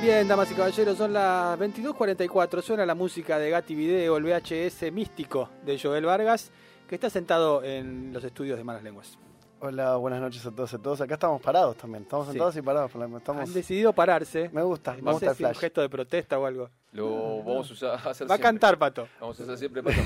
Bien, damas y caballeros, son las 22.44. Suena la música de Gatti Video, el VHS místico de Joel Vargas, que está sentado en los estudios de Malas Lenguas. Hola, buenas noches a todos, a todos. Acá estamos parados también, estamos Sí. sentados y parados. por lo- Estamos... Han decidido pararse. Me gusta, me No gusta sé el si un flash. gesto de protesta o algo. Lo vamos a usar, a hacer Va a siempre. cantar, Pato. Vamos a hacer siempre, Pato.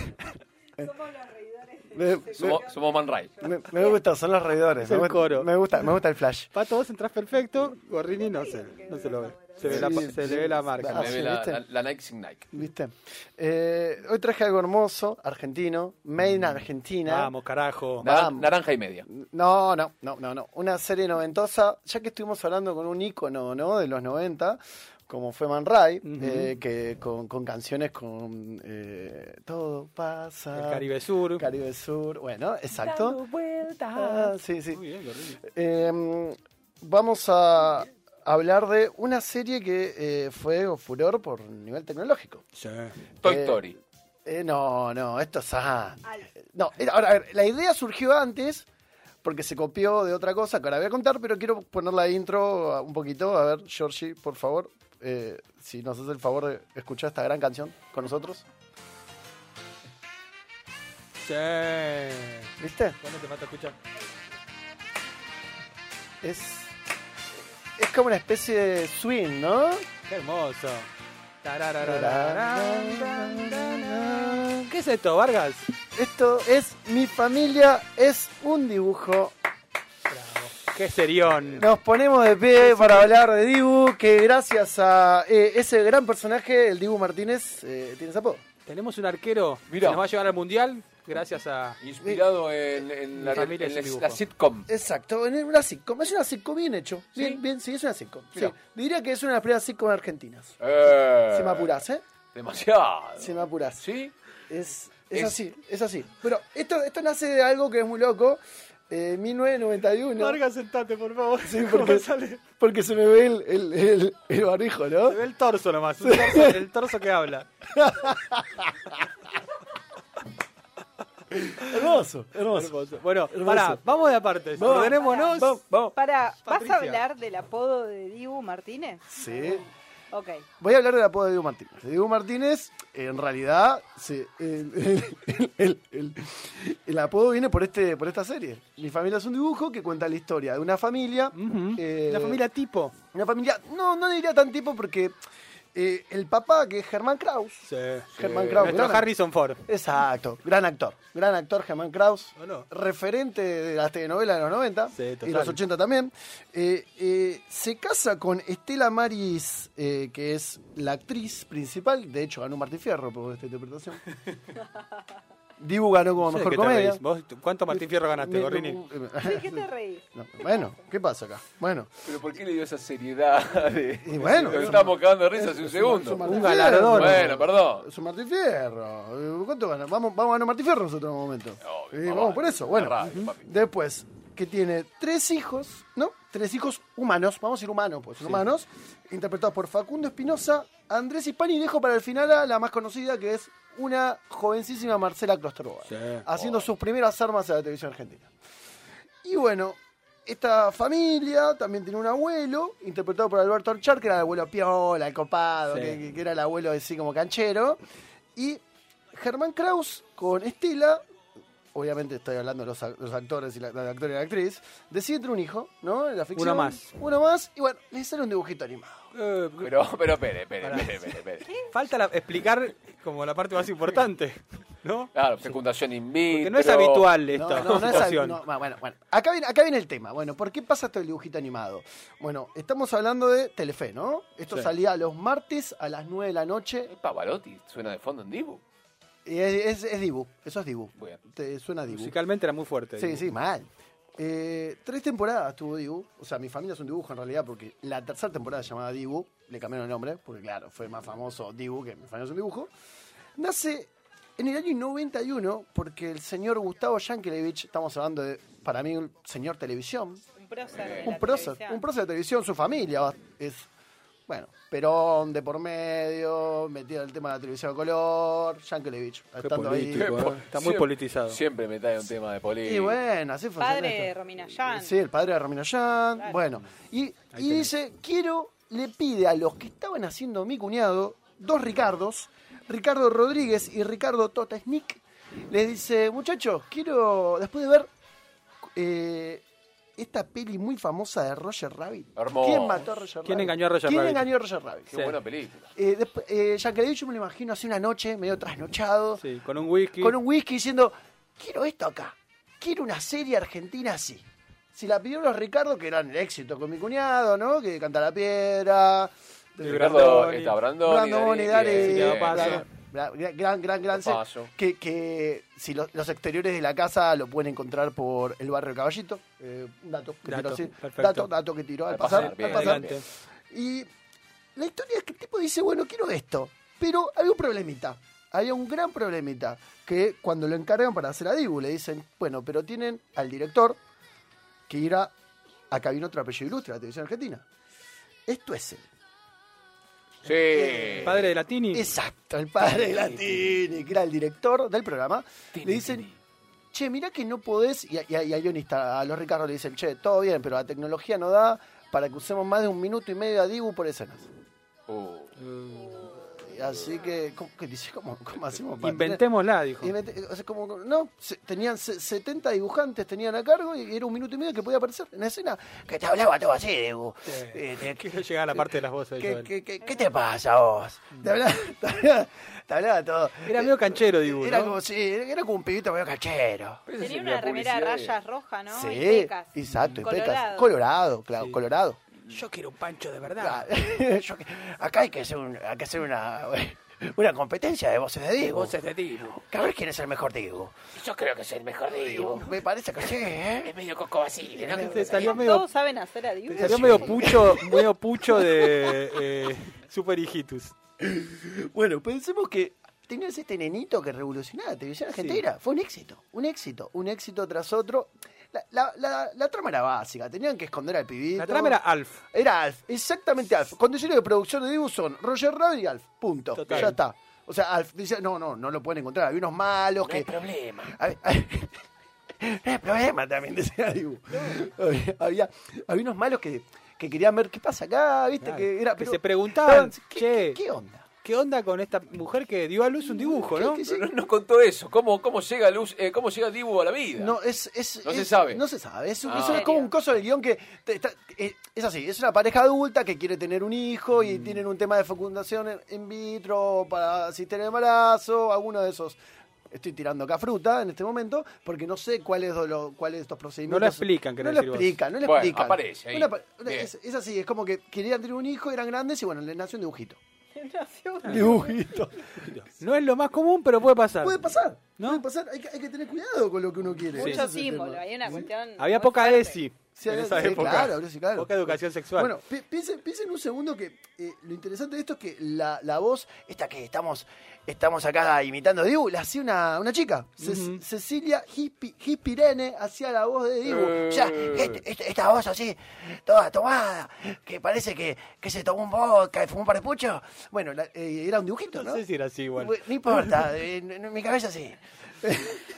Me, Somos, somos Man Ray. me- me- me gusta, son los reidores. Es me el gusta- coro. Me gusta, me gusta el flash. Pato, vos entrás perfecto. Gorrini no se, no se lo ve. Se, ve la, Sí, se sí. le ve la marca. Ah, Le sí, ve la, ¿viste? la- la Nike sin Nike. ¿Viste? Eh, hoy traje algo hermoso, argentino, made in Argentina. Mm, Vamos, carajo. Naran- Vamos. naranja y media. No, no, no, no, no. Una serie noventosa, ya que estuvimos hablando con un ícono, ¿no? De los 90, como fue Man Ray, Ujú. eh, que con, con canciones con eh, Todo pasa. El Caribe Sur. Caribe Sur, bueno, Dando exacto. Ah, vueltas. sí, sí. Muy bien, Gorrini. Eh, vamos a hablar de una serie que eh, fue furor por nivel tecnológico. Toy Eh, Story. Eh, no, no, esto es antes. No, eh, ahora, a ver, la idea surgió antes porque se copió de otra cosa que ahora voy a contar, pero quiero poner la intro a- un poquito. A ver, Georgie, por favor, eh, si nos haces el favor de escuchar esta gran canción con nosotros. Sí. ¿Viste? ¿Dónde te mata escucha? Es, es como una especie de swing, ¿no? Qué hermoso. ¿Qué es esto, Vargas? Esto es Mi familia es un Bravo. dibujo. Qué serión. Nos ponemos de pie para hablar de Dibu, que gracias a eh, ese gran personaje, el Dibu Martínez, eh, tiene ese apodo. Tenemos un arquero Mirá. que nos va a llevar al mundial gracias a. Inspirado en, en la, familia en es la- un dibujo. la sitcom. Exacto, en una sitcom, es una sitcom bien hecho. Bien, ¿Sí? bien, sí, es una sitcom. sí. Mirá. Diría que es una de las primeras sitcom argentinas. Eh, Si me apurás, ¿eh? Demasiado. Si me apurás. ¿Sí? Es, es, Es- así, es así. Pero esto, esto nace de algo que es muy loco. Eh, 1991. sentate, por favor. Sí, porque, porque se me ve el, el, el- el barbijo, ¿no? Se ve el torso nomás. un torso- el torso que habla. Hermoso, hermoso. Hermoso. Bueno, Hermoso. pará, vamos de aparte. Vamos. Ordenémonos. Vamos, vamos. Para, ¿vas Patricia. a hablar del apodo de Dibu Martínez? Sí. Ok. Voy a hablar del apodo de Diego Martínez. Diego Martínez, en realidad, se- el, el- el- el- el apodo viene por, este, por esta serie. Mi familia es un dibujo que cuenta la historia de una familia. Ujú. eh, La familia tipo. Una familia. No, no diría tan tipo porque eh, el papá, que es Germán Kraus. Sí. Germán Kraus. Nuestro gran- Harrison Ford. Exacto, gran actor. Gran actor Germán Kraus. ¿O no? Referente de las telenovelas de los 90 Sí, y total. los 80 también. Eh, eh, se casa con Estela Maris, eh, que es la actriz principal. De hecho, ganó un Martín Fierro por esta interpretación. Dibu ganó como No sé de mejor qué te comedia. reís. ¿Vos, ¿Cuánto Martín Fierro ganaste, Me- Gorrini? Sí, ¿Qué te reís? No, bueno, ¿qué pasa acá? Bueno, ¿Pero por qué le dio esa seriedad? De, Y bueno, Lo es estábamos cagando de risa hace un es segundo. Martín Un galardón. Fierro. Bueno, perdón. Es un Martín Fierro. Eh, ¿Cuánto ganó? Vamos, vamos a ganar Martín Fierro nosotros en un momento. Obvio, Eh, papá. vamos por eso. Bueno, Arrabe, papi. después, que tiene tres hijos, ¿no? Tres hijos humanos, vamos a decir humanos, pues, humanos, interpretados por Facundo Espinosa, Andrés Hispani, y dejo para el final a la más conocida, que es una jovencísima Marcela Klosterboer, Sí. haciendo sus primeras armas en la televisión argentina. Y bueno, esta familia también tiene un abuelo, interpretado por Alberto Archar, que era el abuelo piola, el copado, Sí. que- que- que era el abuelo así como canchero. Y Germán Kraus con Estela, obviamente estoy hablando de los, ac- los actores y la, la actor y la actriz, decide tener un hijo, ¿no? En la ficción. Uno más. Uno más, y bueno, le sale un dibujito animado. Eh, Pero, pero, espere, espere, Pará. espere, espere, espere. Falta la- explicar como la parte más importante, ¿no? Claro, fecundación in vitro. Porque no es habitual No, esta no, no es situación. al- no, bueno, bueno, bueno. Acá viene, acá viene el tema. Bueno, ¿por qué pasa esto del dibujito animado? Bueno, estamos hablando de Telefe, ¿no? Esto Sí. salía los martes a las 9 de la noche. Eh, Pavarotti suena de fondo en Dibu. Y es, es- es Dibu, eso es Dibu. Muy bien. Te suena a Dibu. Musicalmente era muy fuerte. Sí, digo. sí, mal. Eh, tres temporadas tuvo Dibu. O sea, mi familia es un dibujo en realidad porque la tercera temporada se llamaba Dibu. Le cambiaron el nombre porque, claro, fue más famoso Dibu que mi familia es un dibujo. Nace en el año 91 porque el señor Gustavo Yankelevich, estamos hablando de, para mí, un señor televisión. Un prócer. de Un la prócer, televisión. un prócer de televisión, su familia va- es, bueno, Perón de por medio, metido en el tema de la televisión a color, Yankelevich. estando ahí. político, ¿eh? Está muy Siempre- politizado. Siempre me trae un tema de política. Y bueno, así fue. Padre de Romina Yan. Sí, el padre de Romina Yan. Bueno, y, y dice, quiero le pide a los que estaban haciendo mi cuñado, dos Ricardos, Ricardo Rodríguez y Ricardo Tota Snick, les dice, muchachos, quiero, después de ver eh, esta peli muy famosa de Roger Rabbit. Hermoso. ¿Quién mató a Roger Rabbit? ¿Quién engañó a Roger ¿Quién Rabbit? engañó a Roger Rabbit? Qué Sí. buena película. Eh, desp- eh, Jean-Claude yo me lo imagino hace una noche, medio trasnochado, Sí, con un whisky. con un whisky diciendo, quiero esto acá, quiero una serie argentina así. Si la pidieron los Ricardo, que eran el éxito con mi cuñado, ¿no? Que canta la piedra. El Ricardo Brandoni. está Brandoni. Brandoni, dale. Darío, Darío, Darío. Gran, gran, gran, gran Lo paso. Que, que si lo- los exteriores de la casa lo pueden encontrar por el barrio Caballito. eh, un dato, que Dato, tiró así. perfecto. dato, dato que tiró al Al pasar. pasar, bien, al pasar. Elegante. Y la historia es que el tipo dice, bueno, quiero esto. Pero había un problemita. Había un gran problemita. Que cuando lo encargan para hacer a Dibu, le dicen, bueno, pero tienen al director que ir a, a Cabino Trapello Ilustre, la televisión argentina. Esto es él. Sí. Padre de Latini. Exacto, el padre de Latini, que era el director del programa. le dicen, che, mirá que no podés, y a, y a- y al guionista, a los Ricardo le dicen, che, todo bien, pero la tecnología no da para que usemos más de un minuto y medio a Dibu por escenas. Uh, Mm. Así que, ¿cómo, que dice? ¿Cómo- cómo hacemos para tener- Inventémosla, dijo. Invente- o sea, como, no, se- tenían se- 70 dibujantes, tenían a cargo y era un minuto y medio que podía aparecer en la escena. Que te hablaba todo así, Dibu. Eh, te- Quiero llegar a la parte de las voces de ¿Qué, Joel. qué- qué- qué te pasa a vos? Te hablaba, te hablaba- te hablaba todo. Eh, Era medio canchero, digo. Era ¿no? como, sí, era como un pibito medio cachero. pero esa Tenía es una remera a publicidad. rayas roja, ¿no? sí, Y pecas. exacto, y Colorado. pecas. Colorado, claro, Sí. colorado. Yo quiero un pancho de verdad. Ah, yo que- acá hay que hacer, un- hay que hacer una, una competencia de voces de Diego. de Dibu. A ver quién es el mejor Diego. Yo creo que es el mejor Dibu. Me parece que sí, ¿eh? medio coco vacío, Te salió medio, Todos saben hacer a Dibu. te salió medio pucho, medio pucho de eh, Super Hijitus. Bueno, pensemos que tenías este nenito que revolucionaba la televisión argentina. Fue un éxito, un éxito, un éxito tras otro. La, la- la- la trama era básica, tenían que esconder al pibito. La trama era Alf. Era Alf, exactamente Alf. Condiciones de producción de Dibu son Roger Rabbit y Alf, punto. Total. Ya está. O sea, Alf dice, no, no, no lo pueden encontrar. Hay unos malos que... problema. Ay, ay. No hay problema también, decía Dibu. Había, había, había unos malos que, que querían ver qué pasa acá, viste, Claro, que era. que pero se preguntaban, estaban, ¿qué, che. qué- qué onda? ¿Qué onda con esta mujer que dio a luz un dibujo, no? ¿Qué- qué- No, no contó eso. ¿Cómo, cómo llega Luz, eh, cómo llega Dibu a la vida? No, es, es- No se es- sabe. No se sabe. Es, un- Ah. eso es como un coso del guión que. te- está- eh, es así, es una pareja adulta que quiere tener un hijo y tienen un tema de fecundación en, in vitro para asistir al embarazo, alguno de esos. Estoy tirando acá fruta en este momento porque no sé cuáles de, lo- cuáles de estos procedimientos. No lo explican, No querés lo decir vos. explican, no lo Bueno, explican. aparece ahí. Una pa- una- Bien. es, es así, es como que querían tener un hijo, eran grandes y bueno, les nació un dibujito. Nació- Ah. Dibujito. No es lo más común, pero puede pasar. Puede pasar, ¿No? puede pasar. Hay que, hay que tener cuidado con lo que uno quiere. Sí. Ese Mucho es el símbolo, tema. hay una cuestión. Había muy poca fuerte. ESI Sí, en había- esa sí, época. claro, sí, claro. Poca educación sexual. Bueno, pi- piensen, piensen un segundo que eh, lo interesante de esto es que la, la voz, esta que estamos, estamos acá imitando a Dibu, la hacía una, una chica. Ce- Ujú. Cecilia Hispi- Hispirene hacía la voz de Dibu. Eh. Ya, este- este- esta voz así, toda tomada, que parece que, que se tomó un vodka y fumó un par de puchos. Bueno, la- eh, era un dibujito, no, ¿no? sé si era así igual. Bu- No importa, eh, en, en mi cabeza sí.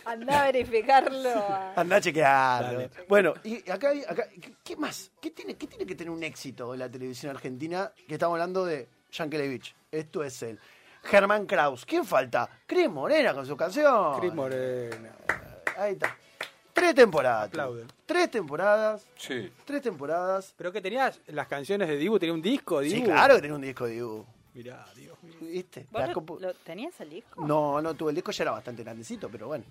Andá a verificarlo. a- Andá a chequearlo. Dale. Bueno, y acá, hay- acá ¿qué- ¿qué más? ¿Qué tiene, ¿Qué tiene que tener un éxito la televisión argentina? Que estamos hablando de Yankelevich. Esto es él. Germán Kraus. ¿Quién falta? Cris Morena con su canción. Cris Morena. Ahí está. Tres temporadas. tú. Aplauden. Tres temporadas. Sí. Tres temporadas. Pero que tenías las canciones de Dibu, tenía un disco, Dibu. Sí, claro que tiene un disco de Dibu. Mirá, Dios mío. ¿Viste? ¿Vos Las lo- compu- lo tenías el disco? No, no tuve el disco, ya era bastante grandecito, pero bueno.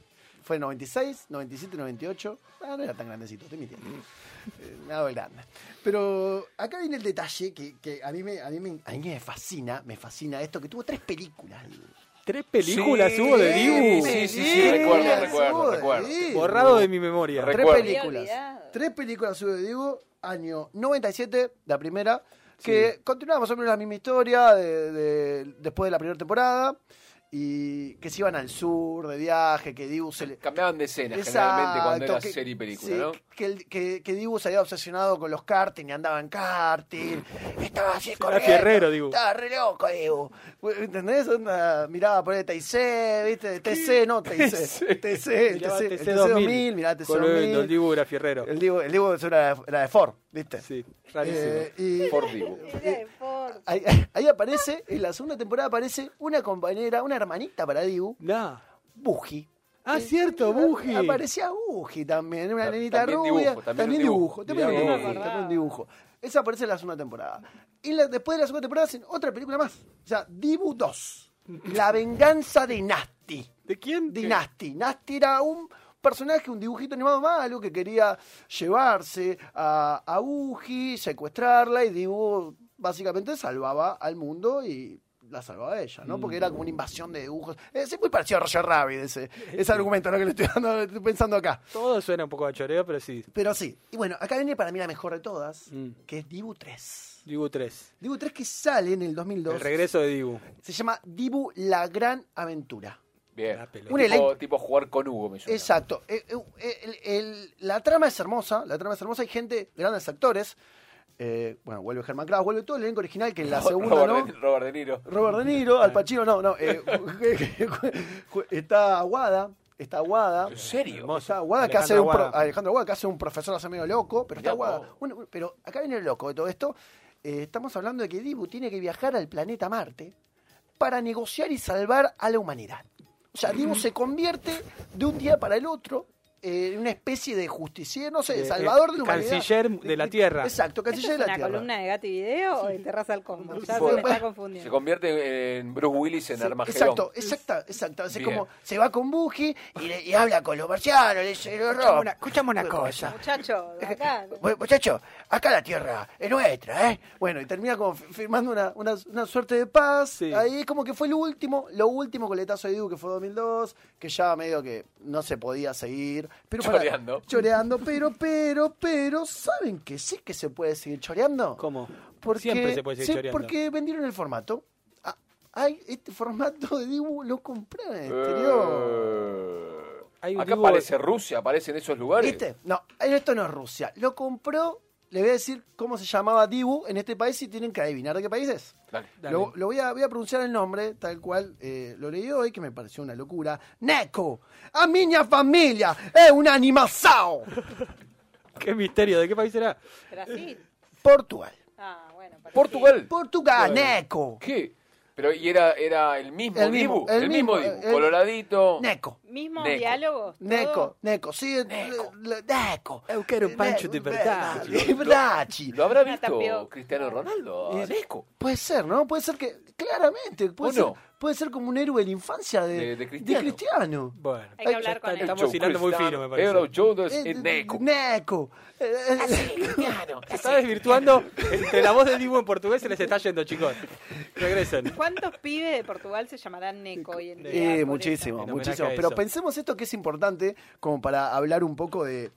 Fue en 96, 97, 98. Ah, no era tan grandecito, estoy mintiendo. Eh, Nada de grande. Pero acá viene el detalle que, que a, mí me, a, mí me, a mí me fascina, me fascina esto, que tuvo tres películas. Tres películas hubo de Sí, Dibu. sí, sí, sí, Películas hubo recuerdo, recuerdo, de recuerdo. Dibu. Borrado de mi memoria. Recu- Tres Recuerdo. películas. Me había olvidado. Tres películas sube de Dibu, año 97, la primera, que continuaba más o menos la misma historia de, de- después de la primera temporada, y que se iban al sur de viaje, que Dibu se le... Cambiaban de escena generalmente Exacto, cuando era que- serie y película, sí, ¿no? Que, el- que, que Dibu se había obsesionado con los karting y andaba en karting. Estaba así corriendo. fierrero, Dibu. Estaba re loco, Dibu. ¿Entendés? Onda, miraba por ahí TIC, ¿viste? TC, no, TIC. TC, TC, Miraba el TC TC 2000, mirá TC Con el 2000. Dibu era fierrero. El Dibu, el Dibu era, de- era de Ford, ¿viste? Sí, rarísimo. Eh, y, Por Dibu. Mirá, ahí, ahí aparece, en la segunda temporada aparece una compañera, una hermanita para Dibu, No. Buji. Eh, Ah, cierto, Buji. Aparecía Buji también, una Ta- nenita también rubia. dibujo, también un dibujo. también un Mirá dibujo, vos. también un dibujo. Esa aparece en la segunda temporada. Y la- después de la segunda temporada hacen otra película más. O sea, Dibu 2. La venganza de Nasty. ¿De quién? de Nasty. Nasty era un personaje, un dibujito animado malo que quería llevarse a, a Uji, secuestrarla y Dibu básicamente salvaba al mundo y la salvaba a ella, ¿no? Mm. Porque era como una invasión de dibujos. Es muy parecido a Roger Rabbit ese, ese argumento, ¿no? Que le estoy, dando, estoy pensando acá. Todo suena un poco a choreo, pero sí. Pero sí. Y bueno, acá viene para mí la mejor de todas, Mm. que es Dibu 3. Dibu 3. Dibu 3 que sale en el 2002. El regreso de Dibu. Se llama Dibu La Gran Aventura. Bien. La pelota. Tipo- Un elenco. Tipo jugar con Hugo, me suena. Exacto. Eh, eh, el- el- la trama es hermosa, la trama es hermosa, hay gente, grandes actores. Eh, bueno, vuelve Germán Kraus, vuelve todo el elenco original, que en la Ro- segunda Robert, no. De, Robert De Niro. Robert De Niro, Al Pacino, no, no. eh, está Aguada, está Aguada. ¿En serio? Hermoso. Está Aguada que hace Alejandra un pro- Aguada. Alejandro Aguada que hace un profesor hace medio loco, pero está Mirá vos. Aguada. Bueno, pero acá viene el loco de todo esto. Eh, estamos hablando de que Dibu tiene que viajar al planeta Marte para negociar y salvar a la humanidad. O sea, Dibu se convierte de un día para el otro eh, en una especie de justiciero, no sé, De- eh, de salvador de la humanidad. canciller de la Tierra. Exacto, ¿Esto canciller es de una la Tierra. columna de Gatti Video o de Terraza al Cosmos? Ya se Bueno, me está Se confundiendo. convierte en Bruce Willis en Sí, Armagedón. exacto, exacta, exacta. Es Bien. como se va con Buji y, le- y habla con los marcianos, le dice, "Lo robo". Muchacho, acá. Bueno, muchachos, acá la tierra es nuestra, ¿eh? Bueno, y termina como fi- firmando una, una- una suerte de paz. Sí. Ahí es como que fue el último, lo último coletazo de Dibu que fue 2002, que ya medio que no se podía seguir. Pero para- Choreando. choreando, pero, pero, pero, ¿saben que sí que se puede seguir choreando? ¿Cómo? Porque, Siempre se puede seguir sí, choreando. Porque vendieron el formato. Ah, ay, este formato de Dibu lo compré en el exterior. Eh, Hay un Acá dibujo- aparece Rusia, aparece en esos lugares. ¿Viste? No, esto no es Rusia. Lo compró, le voy a decir cómo se llamaba Dibu en este país y tienen que adivinar de qué país es. Dale. Dale. Lo, lo voy, a, voy a pronunciar el nombre tal cual eh, lo leí hoy, que me pareció una locura. ¡Neco! ¡A miña familia! ¡Es un animazao! Qué misterio, ¿de qué país será? Brasil. Portugal. Ah, bueno. parece- Portugal. Portugal, Bueno. Neco. ¿Qué? Pero y era, era el mismo El Dibu. mismo, el el mismo, mismo, Dibu. el- Coloradito. Neco. Mismos Neco. diálogos. todo. Neco, Neco, sì, eh, le- Neco. Eu quero um pancho de verdade. De verdade. ¿Lo habrá Una visto tapioca. Cristiano Ronaldo? a Eh, Oh, Neco. Puede ser, ¿no? Puede ser que, claramente, puede, ¿O ser, no? puede ser como un héroe de la infancia de, De- de Cristiano. Cristiano. Bueno, Hay que hablar con él. estamos hilando muy fino, me parece. Pedro Jodas Eh, en Neco. Neco. Eh, eh, Se está desvirtuando entre la voz de Dibu en portugués se les está yendo, chicos. Regresen. ¿Cuántos pibes de Portugal se llamarán Neco hoy en día? Eh, Por muchísimo, En homenaje muchísimo. a Pero eso. pensemos esto que es importante como para hablar un poco de,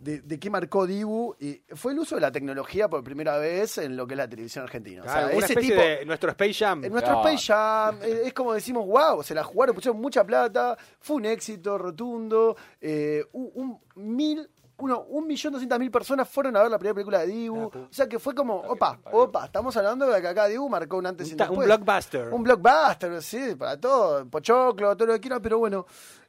de, de qué marcó Dibu. Y fue el uso de la tecnología por primera vez en lo que es la televisión argentina. Claro, o sea, una ese especie tipo, de nuestro Space Jam. En nuestro Claro. país ya eh, es como decimos, wow, se la jugaron, pusieron mucha plata, fue un éxito rotundo, eh, un, un mil, uno, un millón doscientas mil personas fueron a ver la primera película de Dibu. O sea que fue como, Está que opa, lo parió. opa, estamos hablando de que acá Dibu marcó un antes y un, un ta- un después. blockbuster. Un blockbuster, sí, para todo, pochoclo, todo lo que quieran, pero bueno,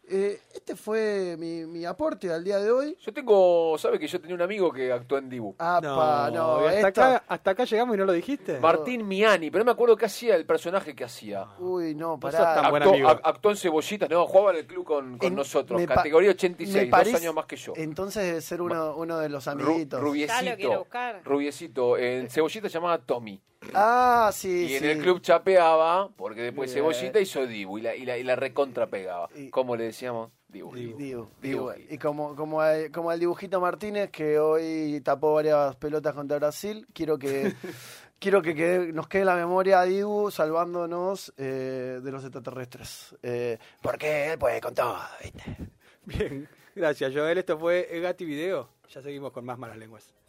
eh, este fue mi, mi aporte al día de hoy. Yo tengo, ¿sabe que yo tenía un amigo que actuó en Ah, Dibu? Apa, no, hasta, esta- acá, hasta acá llegamos y no lo dijiste. Martín Miani, pero no me acuerdo qué hacía, el personaje que hacía. Uy, no, sos pará. tan buen Actuó, amigo. ac- actuó en Cebollitas, no, jugaba en el club con, con En- nosotros, me pa- categoría me 86, parece- dos años más que yo. Entonces debe ser uno, uno de los Ru- amiguitos. Ya lo quiero rubiecito, buscar. rubiecito, en Cebollitas se llamaba Tommy. Ah, sí, Y en sí. Eh. el club chapeaba, porque después Bien. Cebollita hizo Dibu y la, y la, y la recontra pegaba. Y- ¿Cómo le decíamos? Dibu. Dibu. Dibu, Dibu. Dibu. Y como, como, al, como al dibujito Martínez, que hoy tapó varias pelotas contra Brasil, quiero que, quiero que quede- nos quede la memoria a Dibu salvándonos eh, de los extraterrestres. Eh, porque él puede con todo, ¿viste? Bien, gracias Joel. Esto fue Gati Video. Ya seguimos con más malas lenguas.